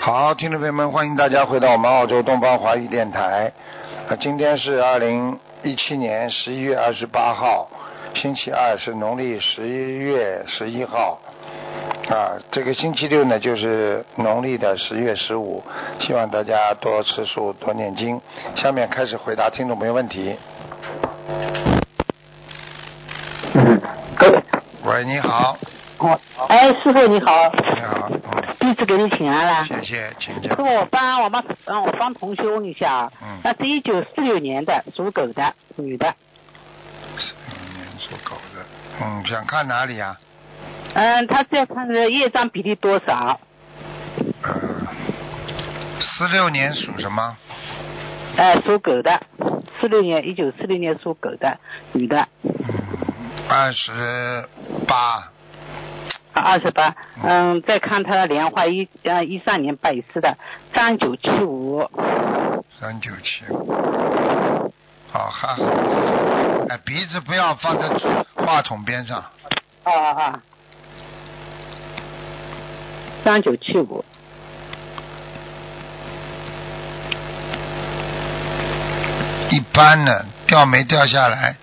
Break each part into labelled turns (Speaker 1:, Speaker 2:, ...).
Speaker 1: 好，听众朋友们，欢迎大家回到我们澳洲东方华语电台。那今天是二零一七年十一月二十八号，星期二，是农历十一月十一号。啊，这个星期六呢，就是农历的十月十五，希望大家多吃素，多念经。下面开始回答听众朋友问题。
Speaker 2: 嗯
Speaker 1: 喂，你好，
Speaker 2: 哦，哎，师傅你好，
Speaker 1: 你好，嗯，
Speaker 2: 弟子给你请安啦。
Speaker 1: 谢谢，请
Speaker 2: 师
Speaker 1: 讲
Speaker 2: 傅，。我帮我妈，让我帮同学问一下啊，
Speaker 1: 嗯
Speaker 2: 那是一九四六年的，属狗的，女的，
Speaker 1: 嗯，属狗的，嗯，想看哪里啊？
Speaker 2: 嗯，她在看的业障比例多少？
Speaker 1: 呃，四六年属什么？
Speaker 2: 哎，属狗的，四六年，一九四六年属狗的，女的，
Speaker 1: 嗯，二十八，
Speaker 2: 二十八，嗯，再看她的莲花一，呃，一三年拜师的，三九七五，啊
Speaker 1: 三九七。好，还好。哎，鼻子不要放在话筒边上。
Speaker 2: 啊啊，三九七五，
Speaker 1: 一般呢，掉没掉下来，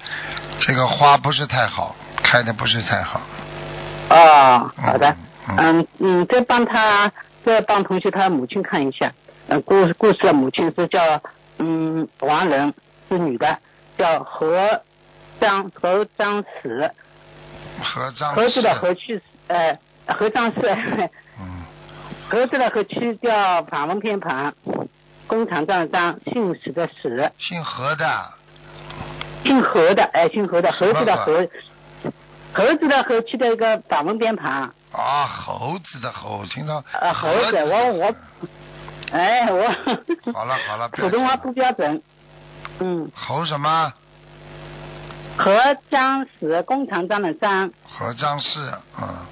Speaker 1: 这个花不是太好，开的不是太好。
Speaker 2: 哦，好的。
Speaker 1: 嗯
Speaker 2: 嗯嗯，再帮他，再帮同学他母亲看一下。嗯，故事故事的母亲是叫嗯王仁，是女的，叫何张何张史，
Speaker 1: 合张
Speaker 2: 何子的
Speaker 1: 啊是
Speaker 2: 何去呃何张氏，
Speaker 1: 嗯，
Speaker 2: 何子的何去叫反文偏旁，工厂张的张，姓史的史，
Speaker 1: 姓何的，
Speaker 2: 姓何的哎姓何的何子
Speaker 1: 什
Speaker 2: 的
Speaker 1: 么
Speaker 2: 何，何子的何去的一个反文偏旁。
Speaker 1: 啊，猴子的猴，听到
Speaker 2: 呃猴子
Speaker 1: 盒的
Speaker 2: 我我哎，我
Speaker 1: 好了 好了不要
Speaker 2: 普通话
Speaker 1: 讲了
Speaker 2: 不标准。嗯，
Speaker 1: 猴什么？
Speaker 2: 何张石，工长张的张，
Speaker 1: 何张氏，嗯，
Speaker 2: 啊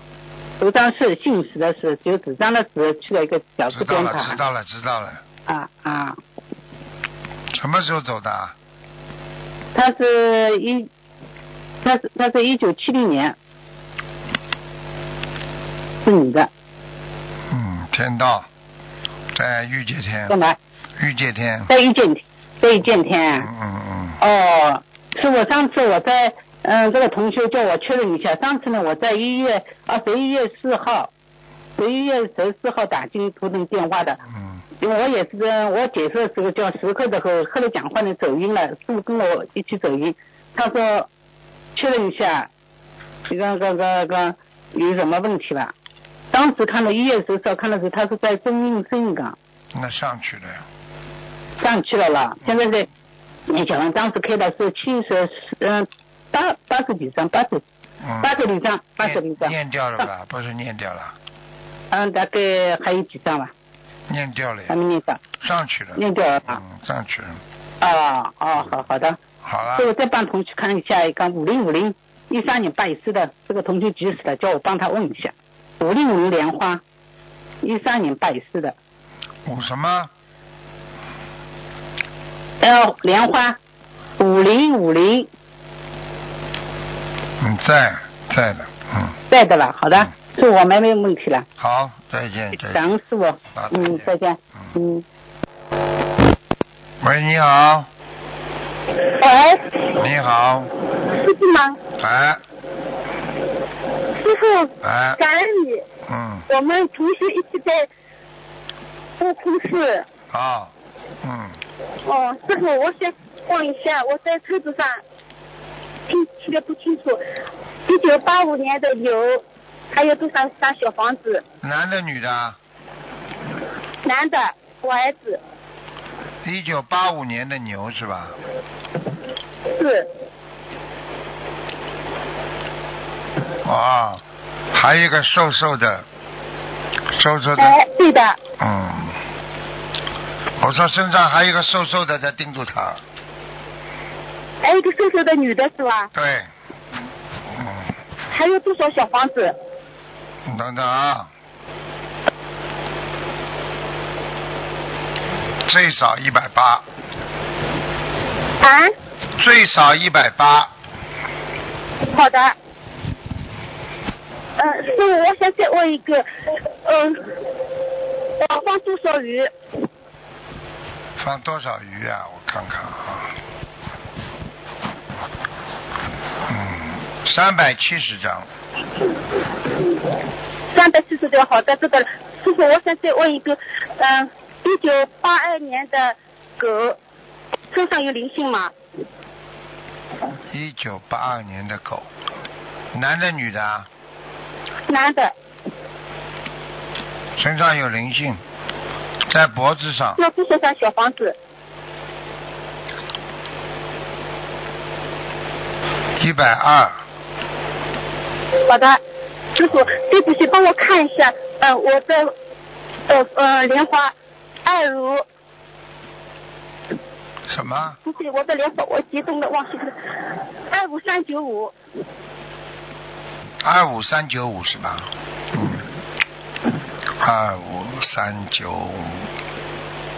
Speaker 2: 刘张是姓石的石，只有纸张的纸去了一个小字
Speaker 1: 知道
Speaker 2: 边
Speaker 1: 了知
Speaker 2: 旁。
Speaker 1: 道了知道了，
Speaker 2: 啊啊，
Speaker 1: 什么时候走的啊？
Speaker 2: 他是一，他是他是一九七零年，是女的，
Speaker 1: 嗯，天道，在御界天
Speaker 2: 干，嘛？
Speaker 1: 御界天，
Speaker 2: 在一见，在一见天啊
Speaker 1: 嗯。嗯嗯，
Speaker 2: 哦，是我上次我在嗯，这个同学叫我确认一下，上次呢我在一月啊十一月四号，十一月十四号打进图腾电话的，
Speaker 1: 嗯
Speaker 2: 因为我也是跟我解释的时候叫时刻的时候，后来讲话呢走音了，师傅跟我一起走音，他说确认一下，这个这个这个有什么问题吧？当时看到一月十四号看的时候，他是在中印深印港。
Speaker 1: 嗯那上去了呀，
Speaker 2: 上去了啦。现在在，你讲了，当时开的是七十，嗯，八八十几张，八十
Speaker 1: 嗯，
Speaker 2: 八十几张，八十几
Speaker 1: 念
Speaker 2: 张，
Speaker 1: 念掉了吧？不是念掉了，
Speaker 2: 嗯，大概还有几张吧，
Speaker 1: 念掉了呀
Speaker 2: 还，没念上，
Speaker 1: 上去了，
Speaker 2: 嗯念掉了啊。
Speaker 1: 嗯，上去了，
Speaker 2: 哦哦，好好的，
Speaker 1: 好了
Speaker 2: 这，个再帮同学看一下一个五零五零一三年拜师的这个同学急死了，叫我帮他问一下，五零五零莲花，一三年拜师的，
Speaker 1: 五什么？
Speaker 2: 呃，莲花五零五零
Speaker 1: 嗯，在在的，嗯，
Speaker 2: 在的了，好的，是我没没有问题了。
Speaker 1: 好，再见再
Speaker 2: 感
Speaker 1: 见，
Speaker 2: 恩师傅
Speaker 1: 好，
Speaker 2: 嗯，
Speaker 1: 再
Speaker 2: 再见，嗯，
Speaker 1: 喂，你好，
Speaker 3: 喂，
Speaker 1: 你好，
Speaker 3: 师傅哎吗？
Speaker 1: 哎
Speaker 3: 师傅，
Speaker 1: 哎，
Speaker 3: 感恩你，
Speaker 1: 嗯，
Speaker 3: 我们同学一起在悟空寺。
Speaker 1: 好，嗯，
Speaker 3: 哦，师傅，我想问一下，我在车子上听听得不清楚。一九八五年的牛，还有多少张小房子？
Speaker 1: 男的女的啊？
Speaker 3: 男的，我儿子
Speaker 1: 一九八五年的牛是吧？
Speaker 3: 是
Speaker 1: 哦，还有一个瘦瘦的，瘦瘦的，
Speaker 3: 哎，对的，
Speaker 1: 嗯，我说身上还有一个瘦瘦的在盯住他，
Speaker 3: 还有一个瘦瘦的女的是吧？
Speaker 1: 对，嗯，
Speaker 3: 还有多少小房子？
Speaker 1: 你等等啊，最少一百八，
Speaker 3: 啊，
Speaker 1: 最少一百八，
Speaker 3: 好的。呃嗯，师傅，我想再问一个，嗯，我放生多少鱼？
Speaker 1: 放多少鱼啊？我看看啊。嗯，三百七十张。
Speaker 3: 三百七十条，好的，这个师傅，我想再问一个，嗯，一九八二年的狗，身上有灵性吗？
Speaker 1: 一九八二年的狗，男的女的啊？
Speaker 3: 男的，
Speaker 1: 身上有灵性，在脖子上，
Speaker 3: 要多少张小房子？
Speaker 1: 一百二。
Speaker 3: 好的，师傅，对不起，帮我看一下，呃，我的，呃呃，莲花，爱如，
Speaker 1: 什么？
Speaker 3: 不对，我的莲花，我激动的忘记了，二五三九五，
Speaker 1: 二五三九五是吧？嗯。二五三九五，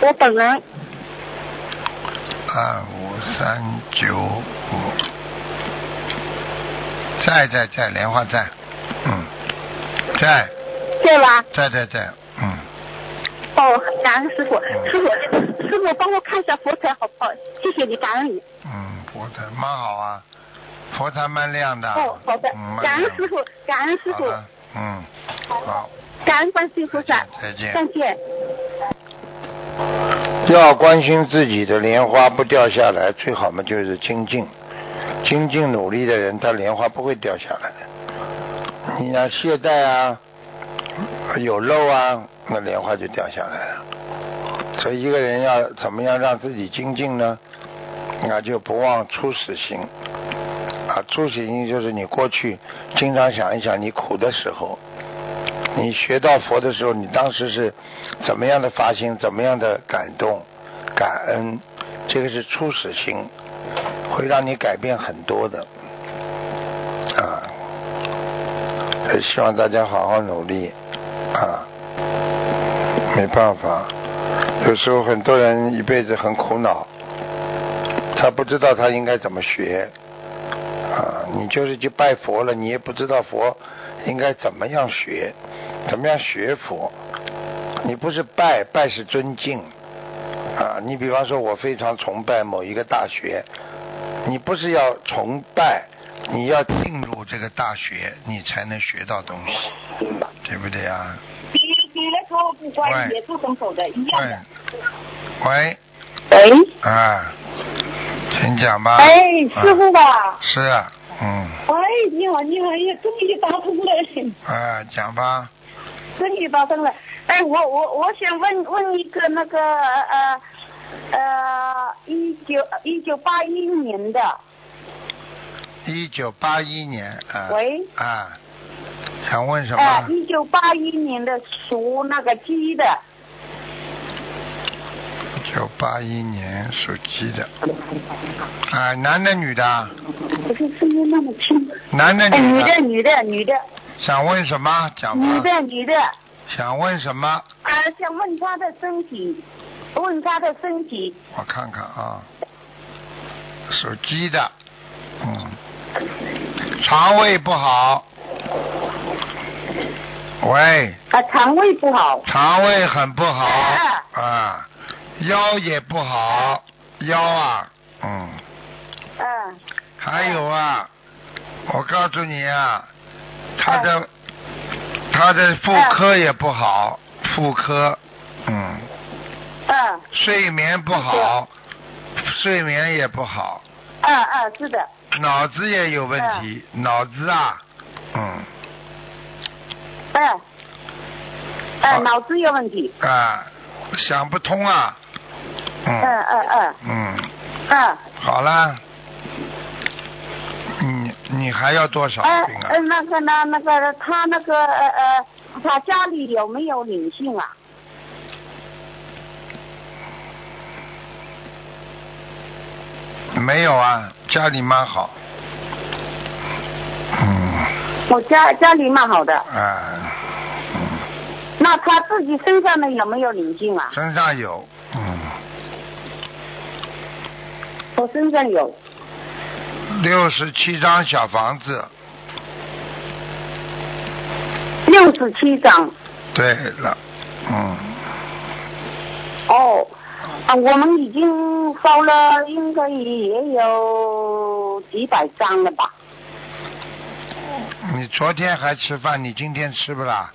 Speaker 3: 我本人，
Speaker 1: 二五三九五，在在在，莲花在，嗯，在
Speaker 3: 对吧？
Speaker 1: 在在在，嗯，
Speaker 3: 哦，感恩师傅，师傅，师傅帮我看一下佛台好不好？谢谢你，感恩你。
Speaker 1: 嗯，佛台蛮好啊，佛台蛮亮的。
Speaker 3: 哦，好的
Speaker 1: 嗯，蛮
Speaker 3: 感
Speaker 1: 亮
Speaker 3: 恩师傅，感恩师
Speaker 1: 好
Speaker 3: 傅，
Speaker 1: 了，嗯，好。
Speaker 3: 感恩观世音菩萨，
Speaker 1: 再见
Speaker 3: 再见。
Speaker 1: 要关心自己的莲花不掉下来，最好嘛就是精进，精进努力的人，他莲花不会掉下来的。你要懈怠啊，有漏啊，那莲花就掉下来了。所以一个人要怎么样让自己精进呢？那就不忘初始心啊，初始心就是你过去经常想一想你苦的时候，你学到佛的时候，你当时是怎么样的发心，怎么样的感动、感恩，这个是初始心，会让你改变很多的啊。呃希望大家好好努力啊，没办法，有时候很多人一辈子很苦恼，他不知道他应该怎么学啊。你就是去拜佛了，你也不知道佛应该怎么样学，怎么样学佛。你不是拜，拜是尊敬啊。你比方说，我非常崇拜某一个大学，你不是要崇拜，你要进入这个大学，你才能学到东西，对不对啊？
Speaker 4: 比比那时候不关
Speaker 1: 喂
Speaker 4: 也不松手的，一样的。
Speaker 1: 喂，喂，
Speaker 4: 喂，
Speaker 1: 啊，请讲吧。
Speaker 4: 哎，
Speaker 1: 啊
Speaker 4: 师傅吧，
Speaker 1: 是啊，嗯，
Speaker 4: 哎，你好，你好，哎呀，终于打通了，
Speaker 1: 啊，讲吧。
Speaker 4: 终于打通了。哎，我我我想问问一个那个呃呃一九一九八一年的，
Speaker 1: 一九八一年啊。
Speaker 4: 喂。
Speaker 1: 啊，想问什
Speaker 4: 哎
Speaker 1: 么，？
Speaker 4: 一九八一年的属那个鸡的，
Speaker 1: 一九八一年属鸡的。啊，男的女的啊？
Speaker 4: 不是声音那么轻。
Speaker 1: 男的
Speaker 4: 哎，
Speaker 1: 女
Speaker 4: 女
Speaker 1: 的？
Speaker 4: 的，女的，女的，
Speaker 1: 想问什么？讲吧。
Speaker 4: 女的，女的，
Speaker 1: 想问什么？
Speaker 4: 啊，想问她的身体，问她的身体，
Speaker 1: 我看看啊，属鸡的，嗯，肠胃不好。喂，
Speaker 4: 啊，肠胃不好，
Speaker 1: 肠胃很不好
Speaker 4: 啊
Speaker 1: 啊，腰也不好，腰啊，嗯，
Speaker 4: 嗯。
Speaker 1: 还有啊，我告诉你啊，他的他的妇科也不好，妇科，嗯，
Speaker 4: 嗯
Speaker 1: 睡眠不好，睡眠也不好，
Speaker 4: 嗯嗯，是的，
Speaker 1: 脑子也有问题，脑子啊，嗯
Speaker 4: 嗯，
Speaker 1: 好
Speaker 4: 嗯，脑子有问题，
Speaker 1: 啊，想不通啊，
Speaker 4: 嗯
Speaker 1: 嗯
Speaker 4: 嗯嗯
Speaker 1: 嗯，
Speaker 4: 嗯，
Speaker 1: 好啦，你你还要多少
Speaker 4: 哎
Speaker 1: 病啊？
Speaker 4: 呃那个呢，那个他那个呃呃，他家里有没有灵性啊？
Speaker 1: 没有啊，家里蛮好。嗯
Speaker 4: 我家家里蛮好的，
Speaker 1: 啊，嗯
Speaker 4: 那他自己身上的有没有灵性啊？
Speaker 1: 身上有，嗯，
Speaker 4: 我身上有，
Speaker 1: 六十七张小房子，
Speaker 4: 六十七张，
Speaker 1: 对了，嗯，
Speaker 4: 哦，啊，我们已经烧了，应该也有几百张了吧？
Speaker 1: 你昨天还吃饭，你今天吃不啦？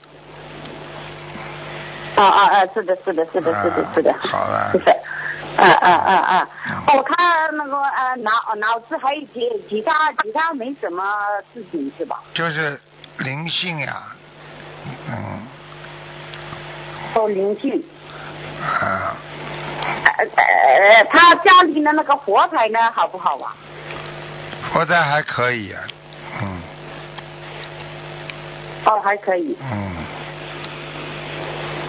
Speaker 4: 啊啊啊！是的，是的，是的，是的，是的。
Speaker 1: 啊好了嗯
Speaker 4: 是的，啊啊啊啊！我看那个呃脑脑子还有其其他其他没什么事情是吧？
Speaker 1: 就是灵性呀，嗯
Speaker 4: 哦，灵性。
Speaker 1: 啊，
Speaker 4: 呃呃，他家里的那个佛台呢，好不好啊？
Speaker 1: 活在还可以啊，嗯
Speaker 4: 哦，还可以。
Speaker 1: 嗯，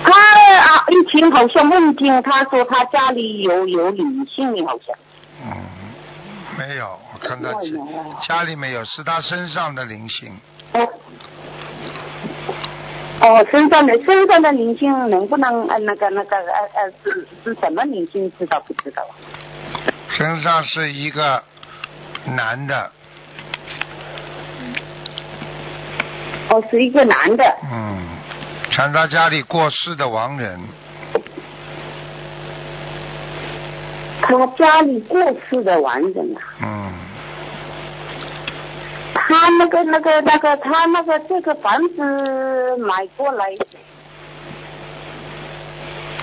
Speaker 4: 他啊，疫情好像梦见他说他家里有有灵性，好像。
Speaker 1: 嗯，没有，我看到
Speaker 4: 没有啊
Speaker 1: 家里没有，是他身上的灵性，
Speaker 4: 哦，哦，身上的身上的灵性能不能呃那个那个呃呃是是什么灵性知道不知道啊？
Speaker 1: 身上是一个男的，
Speaker 4: 哦，是一个男的。
Speaker 1: 嗯，传他家里过世的亡人，
Speaker 4: 他家里过世的完人啊，
Speaker 1: 嗯，
Speaker 4: 他那个那个那个他那个这个房子买过来，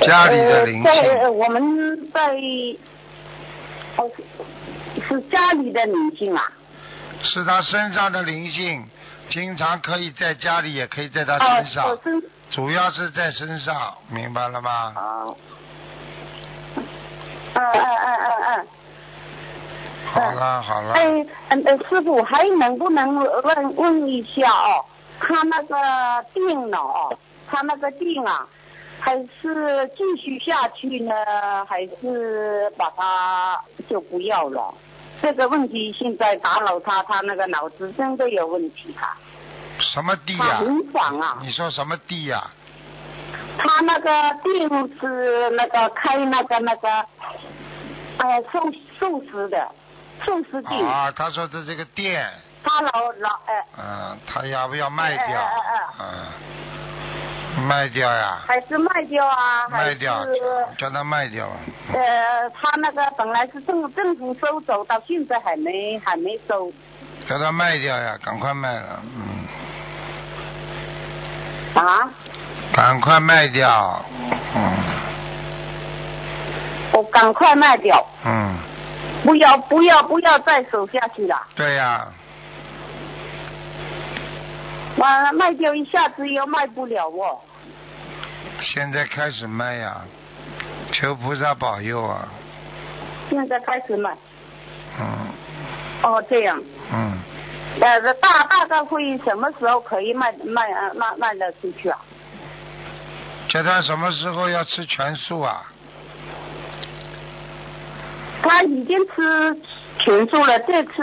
Speaker 1: 家里的灵
Speaker 4: 呃、在
Speaker 1: 性
Speaker 4: 呃我们在哦是是家里的灵性啊，
Speaker 1: 是他身上的灵性，经常可以在家里，也可以在他
Speaker 4: 哦
Speaker 1: 身上
Speaker 4: 我，是
Speaker 1: 主要是在身上，明白了吗？
Speaker 4: 哦，嗯嗯嗯嗯嗯。
Speaker 1: 好了好了，
Speaker 4: 哎，嗯呃，师傅还能不能问问一下哦？他那个病了哦，他那个病啊，还是继续下去呢，还是把他就不要了？这个问题现在打扰他，他那个脑子真的有问题啊，
Speaker 1: 什么地
Speaker 4: 他
Speaker 1: 呀、
Speaker 4: 很爽啊，
Speaker 1: 你说什么地呀、
Speaker 4: 他那个病是那个开那个那个，呃，寿寿司的寿司
Speaker 1: 啊？
Speaker 4: 店，
Speaker 1: 他说的这个店，
Speaker 4: 他老老呃。
Speaker 1: 嗯、他要不要卖掉？
Speaker 4: 哎哎哎
Speaker 1: 嗯、卖掉呀，
Speaker 4: 还是卖掉啊？还
Speaker 1: 卖
Speaker 4: 是
Speaker 1: 掉，叫他卖掉吧。
Speaker 4: 呃，他那个本来是政政府收走，到现在还没还没收。
Speaker 1: 叫他卖掉呀，赶快卖了，嗯，
Speaker 4: 啊？
Speaker 1: 赶快卖掉，嗯
Speaker 4: 我赶快卖掉，
Speaker 1: 嗯，
Speaker 4: 不要不要不要再守下去了。
Speaker 1: 对呀、
Speaker 4: 我卖掉一下子又卖不了哦。
Speaker 1: 现在开始卖呀、求菩萨保佑啊，
Speaker 4: 现在开始卖，
Speaker 1: 嗯
Speaker 4: 哦，这样，
Speaker 1: 嗯，
Speaker 4: 呃，大大概会什么时候可以卖卖呃卖卖得出去啊？
Speaker 1: 叫他什么时候要吃全素啊？
Speaker 4: 他已经吃全素了，这次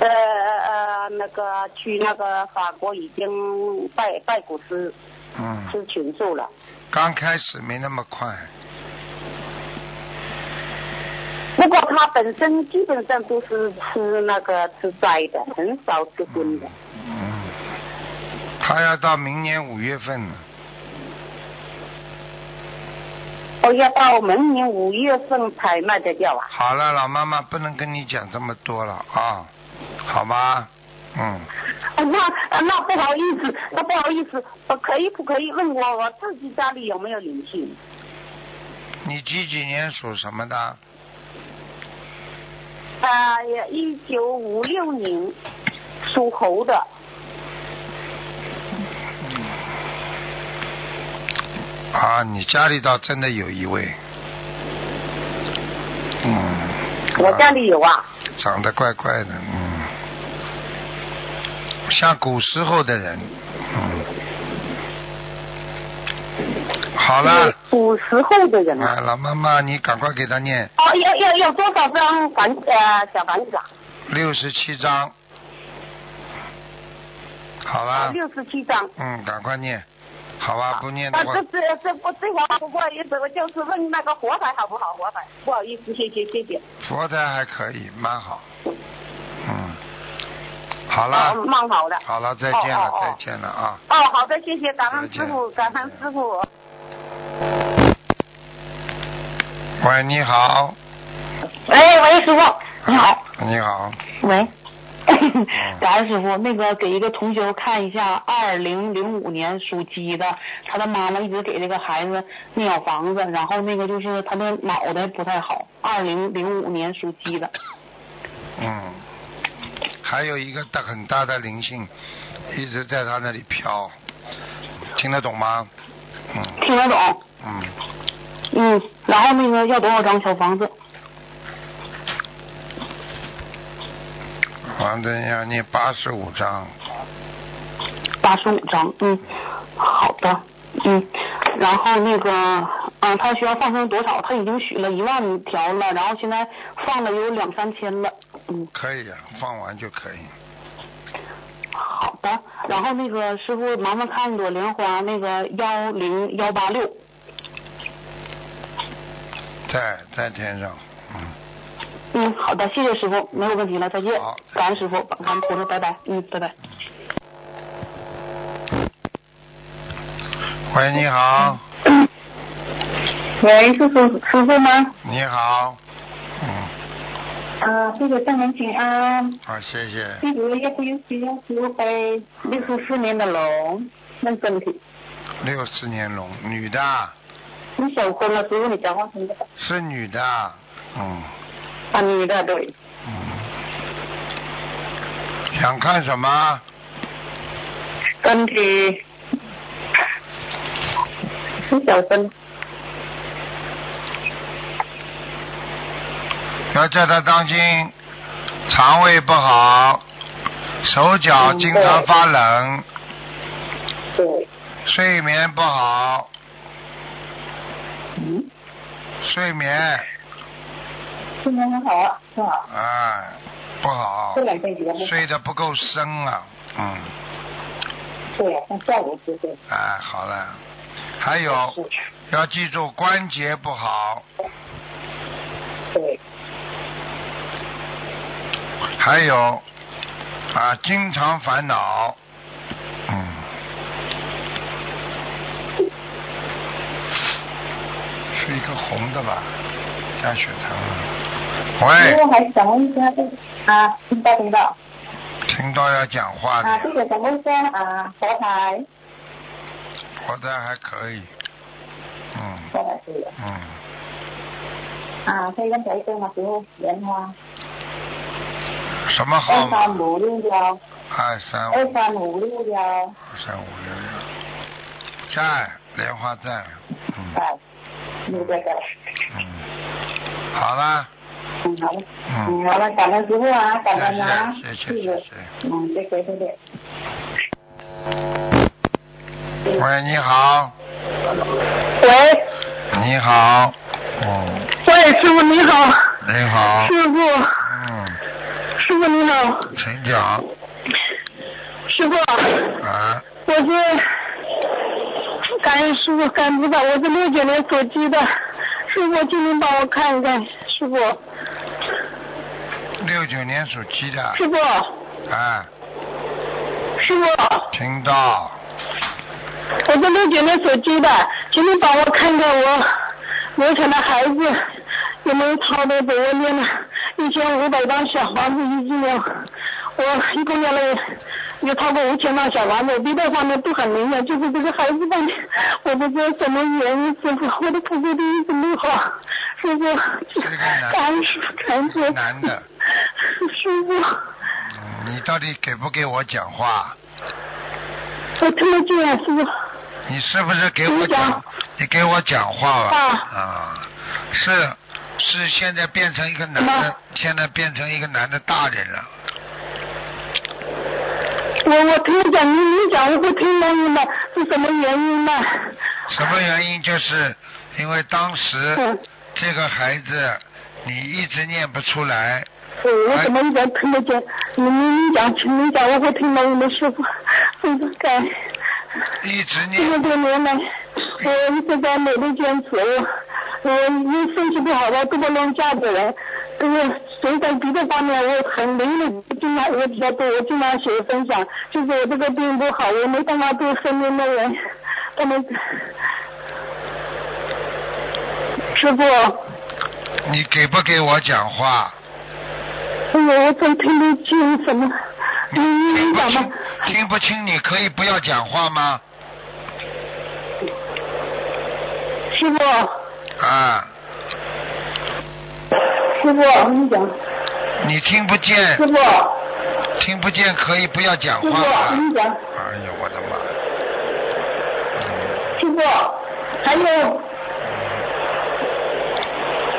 Speaker 4: 呃呃那个去那个法国已经拜拜古师
Speaker 1: 嗯，
Speaker 4: 吃全素了。
Speaker 1: 刚开始没那么快，
Speaker 4: 不过他本身基本上都是吃那个吃斋的，很少吃荤的。
Speaker 1: 嗯，他要到明年五月份了，
Speaker 4: 哦，要到明年五月份才卖得掉啊！
Speaker 1: 好了，老妈妈不能跟你讲这么多了啊，好吗？嗯，
Speaker 4: 啊那啊那不好意思，那不好意思，我可以不可以问我我自己家里有没有灵性？
Speaker 1: 你几几年属什么的？
Speaker 4: 啊，一九五六年属猴的。
Speaker 1: 啊，你家里倒真的有一位，嗯，
Speaker 4: 我家
Speaker 1: 啊
Speaker 4: 里有啊，
Speaker 1: 长得怪怪的，嗯，像古时候的人，嗯，好了，
Speaker 4: 古时候的人啊。
Speaker 1: 啊，老妈妈，你赶快给他念
Speaker 4: 哦，要要要多少张房呃小房子啊？
Speaker 1: 六十七章，好了，
Speaker 4: 六十七张。
Speaker 1: 嗯，赶快念，好吧，啊不念的
Speaker 4: 那
Speaker 1: 话
Speaker 4: 这，这这不这个不过意思，我就是问那个活牌好不好？活牌，不好意思，谢谢谢谢。
Speaker 1: 佛台还可以，蛮好，嗯，好
Speaker 4: 好
Speaker 1: 了，
Speaker 4: 哦蛮好的。
Speaker 1: 好了，再见了
Speaker 4: 哦，哦
Speaker 1: 再见了啊。
Speaker 4: 哦，好的，谢谢，感恩师傅，
Speaker 1: 再见
Speaker 4: 感恩师傅。
Speaker 1: 喂，你好，
Speaker 5: 喂哎喂，师傅，你好。
Speaker 1: 你好，
Speaker 5: 喂， 感恩师傅，那个给一个同学看一下，二零零五年属鸡的，他的妈妈一直给这个孩子念小房子，然后那个就是他的脑袋不太好。二零零五年属鸡的，
Speaker 1: 嗯，还有一个大很大的灵性，一直在他那里飘，听得懂吗？嗯
Speaker 5: 听得懂？
Speaker 1: 嗯，
Speaker 5: 嗯，然后那个要多少张小房子？
Speaker 1: 王正要念八十五章，
Speaker 5: 八十五张，嗯，好的，嗯，然后那个，嗯、他需要放生多少？他已经许了一万条了，然后现在放了有两三千了，嗯，
Speaker 1: 可以啊，放完就可以。
Speaker 5: 好的。然后那个师傅麻烦看朵莲花那个幺零幺八六，
Speaker 1: 在在天上，嗯。
Speaker 5: 嗯，好的，谢谢师傅，没有问题了，再见
Speaker 1: 好，
Speaker 5: 感恩师傅，感恩菩萨，拜拜，嗯，拜拜。
Speaker 1: 嗯喂，你好，
Speaker 2: 喂，师傅，师傅吗？
Speaker 1: 你好，嗯，
Speaker 2: 啊，这个上门请安。
Speaker 1: 好，谢谢。
Speaker 2: 这个要不要需要修呗？六十四年的龙，问身体。
Speaker 1: 六四年龙，女的，
Speaker 2: 你小婚了，师傅你讲话听不到。
Speaker 1: 是女的，嗯
Speaker 2: 啊，女的对。
Speaker 1: 嗯。想看什么？
Speaker 2: 身体。你小声。
Speaker 1: 要叫她当心，肠胃不好，手脚经常发冷，
Speaker 2: 对。
Speaker 1: 睡眠不好，
Speaker 2: 嗯。
Speaker 1: 睡眠
Speaker 2: 今年很好啊，是吧？
Speaker 1: 啊不好
Speaker 2: 这，两天比较不好。
Speaker 1: 睡得不够深啊，嗯，
Speaker 2: 对呀、像下午就是。
Speaker 1: 哎，好了，还有
Speaker 2: 是
Speaker 1: 要记住关节不好，
Speaker 2: 对。
Speaker 1: 还有啊，经常烦恼，嗯，是一个红的吧，加血糖了。
Speaker 2: 因
Speaker 1: 喂
Speaker 2: 为，还想问一下，这啊，听到听到
Speaker 1: 听到要讲话的
Speaker 2: 啊，
Speaker 1: 呀，
Speaker 2: 这个想问一下啊，佛台，
Speaker 1: 活的还可以，嗯
Speaker 2: 佛台是的
Speaker 1: 嗯，
Speaker 2: 啊，可以跟谁说嘛？师傅，莲花
Speaker 1: 什么号
Speaker 2: 二
Speaker 1: 码？
Speaker 2: 三五哎六幺，
Speaker 1: 二三
Speaker 2: 二
Speaker 1: 五
Speaker 2: 三五六幺，
Speaker 1: 二三五六六，在莲花在，嗯
Speaker 2: 哎，六个的，
Speaker 1: 嗯，好啦，
Speaker 2: 嗯，好了，
Speaker 1: 嗯
Speaker 2: 嗯，，好了，感恩师傅啊，感恩啊，
Speaker 1: 谢谢谢
Speaker 2: 谢
Speaker 1: 谢
Speaker 2: 谢
Speaker 1: 谢，谢。
Speaker 2: 嗯，谢谢谢谢。
Speaker 1: 喂，你好，
Speaker 4: 喂
Speaker 1: 你好，嗯，
Speaker 4: 喂，师傅你好，
Speaker 1: 你好，
Speaker 4: 师傅
Speaker 1: 嗯，
Speaker 4: 师傅你好，
Speaker 1: 请讲
Speaker 4: 师傅，
Speaker 1: 啊，
Speaker 4: 我是感恩师傅，感恩不到，我是六九年所鸡的，师傅今天帮我看一看，师傅
Speaker 1: 六九年属鸡的，
Speaker 4: 师傅
Speaker 1: 啊，
Speaker 4: 师傅，
Speaker 1: 听到，
Speaker 4: 我是六九年所鸡的，请你帮我看看我流产的孩子有没有超的给我念了一千五百张小房子一斤了，我一共念了有超过五千张小房子，我别的方面不很灵验，就是这个孩子吧，我不知道什么原因，师傅，我的菩萨力一直没好，师傅
Speaker 1: 个男，
Speaker 4: 感恩师傅，感恩师傅
Speaker 1: 男的，
Speaker 4: 师傅，
Speaker 1: 嗯你到底给不给我讲话？
Speaker 4: 我听得见，啊师傅，
Speaker 1: 你是不是给我讲
Speaker 4: 讲？
Speaker 1: 你给我讲话吧。
Speaker 4: 啊
Speaker 1: 啊，是是，现在变成一个男的
Speaker 4: 什么，
Speaker 1: 现在变成一个男的大人了。
Speaker 4: 我我听你讲，你你讲，我不听原因的，是什么原因呢？
Speaker 1: 什么原因？就是因为当时
Speaker 4: 嗯，
Speaker 1: 这个孩子，你一直念不出来，
Speaker 4: 我我怎么一点听不见？你你你讲，请你讲，我会听懂你的师傅，非常感恩。
Speaker 1: 一直
Speaker 4: 这么
Speaker 1: 念，
Speaker 4: 多年来，我一直在努力坚持，我我因为身体不好，我不能弄嫁给人。这个所以在别的方面，我很灵敏，经常我比较多，我经常写分享，就是我这个病不好，我没办法对身边的人，他们。师傅，
Speaker 1: 你给不给我讲话？
Speaker 4: 哎呦，我总听不清什么，你
Speaker 1: 听
Speaker 4: 嗯你
Speaker 1: 不
Speaker 4: 讲
Speaker 1: 清
Speaker 4: 吧，，
Speaker 1: 听不清，你可以不要讲话吗？
Speaker 4: 师傅，
Speaker 1: 啊，
Speaker 4: 师傅，我跟你讲，
Speaker 1: 你听不见
Speaker 4: 师，傅，
Speaker 1: 听不见可以不要讲
Speaker 4: 师
Speaker 1: 话
Speaker 4: 傅，我
Speaker 1: 吗
Speaker 4: 跟？你讲，
Speaker 1: 哎呦，我的妈！
Speaker 4: 师傅，还有，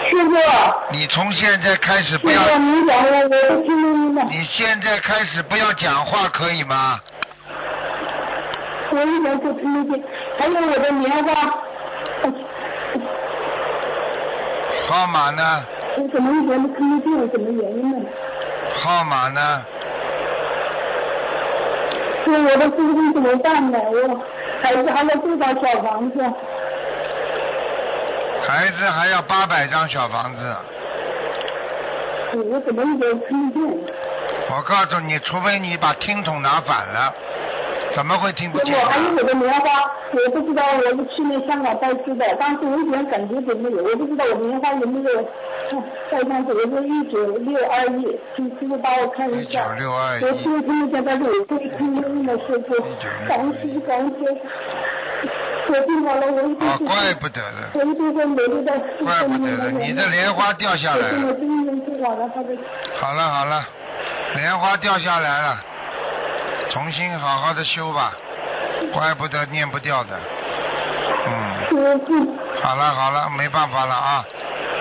Speaker 4: 师傅，
Speaker 1: 你从现在开始不
Speaker 4: 师傅，
Speaker 1: 要，
Speaker 4: 你讲我我都听不明白，
Speaker 1: 你现在开始不要讲话可以吗？
Speaker 4: 我一点都听不见，还有我的棉花，
Speaker 1: 号码呢？
Speaker 4: 我怎么一点都听不见，什么原因呢？
Speaker 1: 号码呢？
Speaker 4: 我我的父亲怎么办呢？我孩子还要多少小房子？
Speaker 1: 孩子还要八百张小房子。
Speaker 4: 我怎么一点听不见？
Speaker 1: 我告诉你，除非你把听筒拿反了，怎么会听不见
Speaker 4: 我还有
Speaker 1: 呢？
Speaker 4: 我的棉花，我不知道我是去年香港拜师的，当时我一点感觉都没有，我不知道我棉花有没有带上去，我说一九六二一，请师傅帮我看一
Speaker 1: 哎
Speaker 4: 下。
Speaker 1: 19621
Speaker 4: 我听听不见，但是我可以听见的师傅，
Speaker 1: 19621
Speaker 4: 感恩师傅，感恩师傅，我听好了，我一定
Speaker 1: 哦，
Speaker 4: 是。
Speaker 1: 怪不得的，
Speaker 4: 我一定会努力的。
Speaker 1: 怪不得的，你的莲花掉下来
Speaker 4: 我
Speaker 1: 了。
Speaker 4: 真的不管了，他的。
Speaker 1: 好了好了，莲花掉下来了，重新好好的修吧，怪不得念不掉的。嗯，
Speaker 4: 我不
Speaker 1: 好了好了，没办法了啊，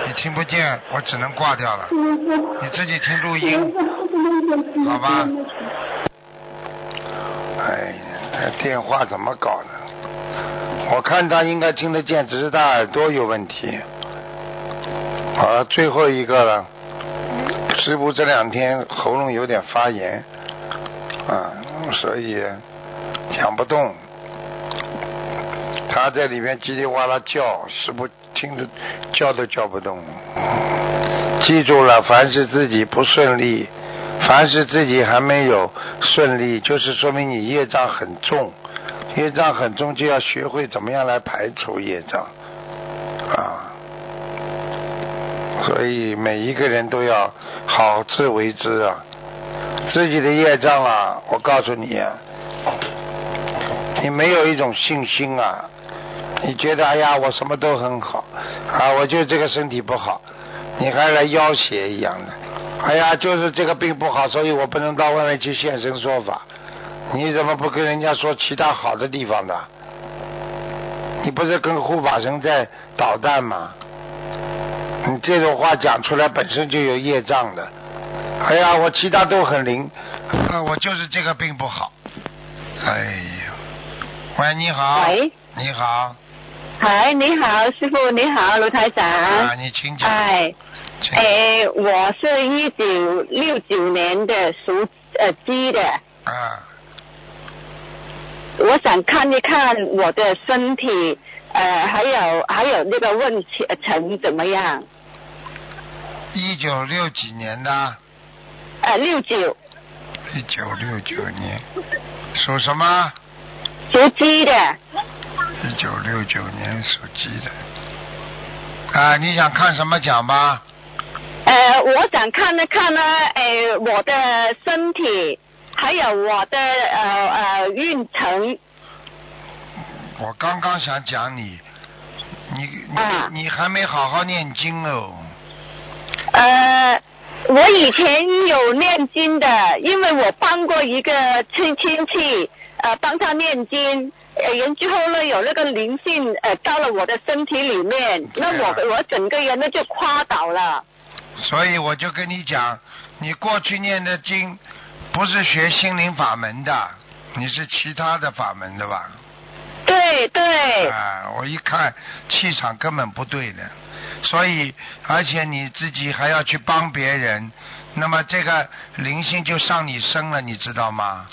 Speaker 1: 你听不见，我只能挂掉了。你自己听录音。好吧哎，这电话怎么搞的？我看他应该听得见，只是他耳朵有问题。好了，最后一个了。师傅这两天喉咙有点发炎，啊，所以讲不动。他在里面叽里哇啦叫，师傅听着叫都叫不动。记住了，凡是自己不顺利，凡是自己还没有顺利，就是说明你业障很重，业障很重就要学会怎么样来排除业障啊。所以每一个人都要好自为之啊，自己的业障啊，我告诉你、啊，你没有一种信心啊，你觉得哎呀我什么都很好啊，我就这个身体不好，你还来要挟一样的。哎呀，就是这个病不好，所以我不能到外面去现身说法。你怎么不跟人家说其他好的地方的？你不是跟护法神在捣蛋吗？你这种话讲出来本身就有业障的。哎呀，我其他都很灵，啊，我就是这个病不好。哎呀，喂，你好，
Speaker 2: 喂，
Speaker 1: 你好，
Speaker 5: 哎
Speaker 2: 嗨，你好，师傅，你好，卢台长。
Speaker 1: 啊，你请讲，
Speaker 2: 哎，
Speaker 1: 请
Speaker 2: 哎，我是一九六九年的属呃鸡的，
Speaker 1: 啊，
Speaker 2: 我想看一看我的身体，呃，还有还有那个问题呃程怎么样？
Speaker 1: 一九六几年的，
Speaker 2: 呃，六九
Speaker 1: 一九六九年，属什么？
Speaker 2: 属鸡的，
Speaker 1: 一九六九年属鸡的。啊，你想看什么奖吧？
Speaker 2: 呃，我想看一看呢，呃，我的身体，还有我的呃呃运程，
Speaker 1: 我刚刚想讲你，你你、
Speaker 2: 啊
Speaker 1: 你还没好好念经哦。
Speaker 2: 呃，我以前有念经的，因为我帮过一个亲亲戚，呃，帮他念经，呃，然之后呢，有那个灵性呃到了我的身体里面，那我
Speaker 1: 对
Speaker 2: 我整个人呢就垮倒了。
Speaker 1: 所以我就跟你讲，你过去念的经不是学心灵法门的，你是其他的法门的吧？
Speaker 2: 对
Speaker 4: 哎
Speaker 2: 对，
Speaker 1: 啊，我一看气场根本不对的，所以而且你自己还要去帮别人，那么这个灵性就上你身了，你知道吗？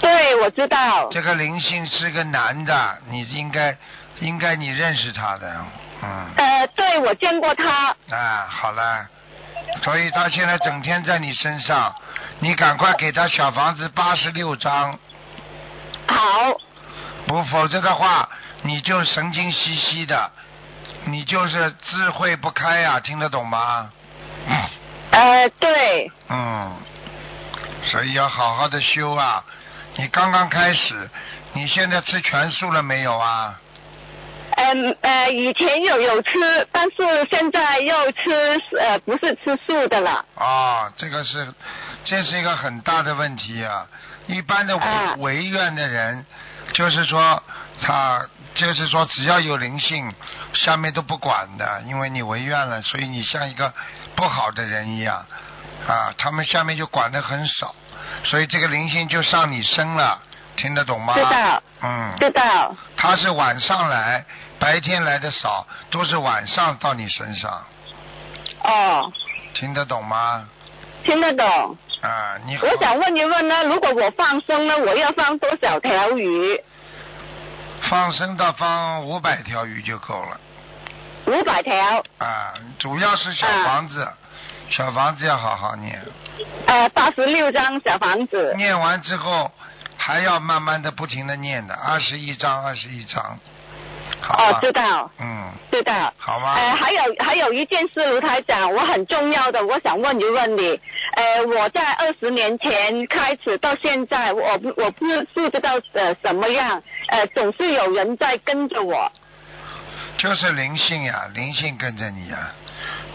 Speaker 2: 对，我知道。
Speaker 1: 这个灵性是个男的，你应该应该你认识他的，嗯，
Speaker 2: 呃，对，我见过他。
Speaker 1: 啊，好了，所以他现在整天在你身上，你赶快给他小房子八十六张，
Speaker 2: 好，
Speaker 1: 不否则的话你就神经兮兮的，你就是智慧不开呀、听得懂吗？嗯
Speaker 4: 呃，对，
Speaker 1: 嗯，所以要好好的修啊。你刚刚开始，你现在吃全素了没有啊？
Speaker 4: 嗯呃，以前有有吃，但是现在又吃呃不是吃素的了。
Speaker 1: 啊、这个是，这是一个很大的问题啊。一般的违
Speaker 4: 啊
Speaker 1: 违愿的人，就是说他，就是说只要有灵性，下面都不管的，因为你违愿了，所以你像一个不好的人一样，啊，他们下面就管的很少，所以这个灵性就上你身了，听得懂吗？
Speaker 4: 知道，
Speaker 1: 嗯，
Speaker 4: 知道。
Speaker 1: 他是晚上来，白天来的少，都是晚上到你身上，
Speaker 4: 哦，
Speaker 1: 听得懂吗？
Speaker 4: 听得懂。
Speaker 1: 啊，你好
Speaker 4: 我想问一问呢，如果我放生呢，我要放多少条鱼？
Speaker 1: 放生到放五百条鱼就够了。
Speaker 4: 五百条。
Speaker 1: 啊，主要是小房子，
Speaker 4: 啊
Speaker 1: 小房子要好好念，
Speaker 4: 呃，八十六张小房子，
Speaker 1: 念完之后还要慢慢的不停的念的，二十一章，二十一章，好吧
Speaker 4: 哦，？知道，
Speaker 1: 嗯，
Speaker 4: 知道。
Speaker 1: 好吗？
Speaker 4: 呃，还有还有一件事，卢台长，我很重要的，我想问一问你，呃，我在二十年前开始到现在，我不我不不知道呃什么样，呃，总是有人在跟着我，
Speaker 1: 就是灵性呀、灵性跟着你呀、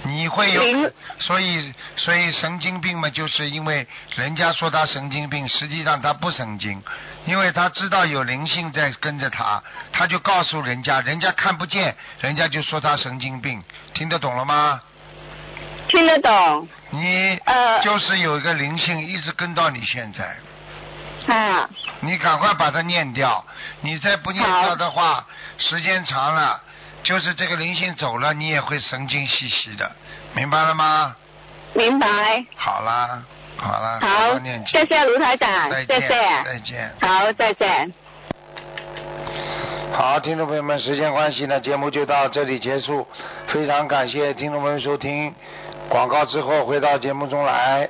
Speaker 1: 你会有
Speaker 4: 灵，
Speaker 1: 所以所以神经病嘛，就是因为人家说他神经病，实际上他不神经，因为他知道有灵性在跟着他，他就告诉人家，人家看不见，人家就说他神经病，听得懂了吗？
Speaker 4: 听得懂？
Speaker 1: 你
Speaker 4: 呃
Speaker 1: 就是有一个灵性一直跟到你现在，
Speaker 4: 啊，
Speaker 1: 你赶快把它念掉。你再不念掉的话，时间长了，就是这个灵性走了，你也会神经兮兮的，明白了吗？
Speaker 4: 明白。
Speaker 1: 好啦，好啦，好
Speaker 4: 好
Speaker 1: 好念，经
Speaker 4: 谢，谢卢台长，
Speaker 1: 再
Speaker 4: 谢
Speaker 1: 见，
Speaker 4: 谢，
Speaker 1: 再见。
Speaker 4: 好，再见。
Speaker 1: 好，听众朋友们，时间关系呢，节目就到这里结束。非常感谢听众朋友收听，广告之后回到节目中来。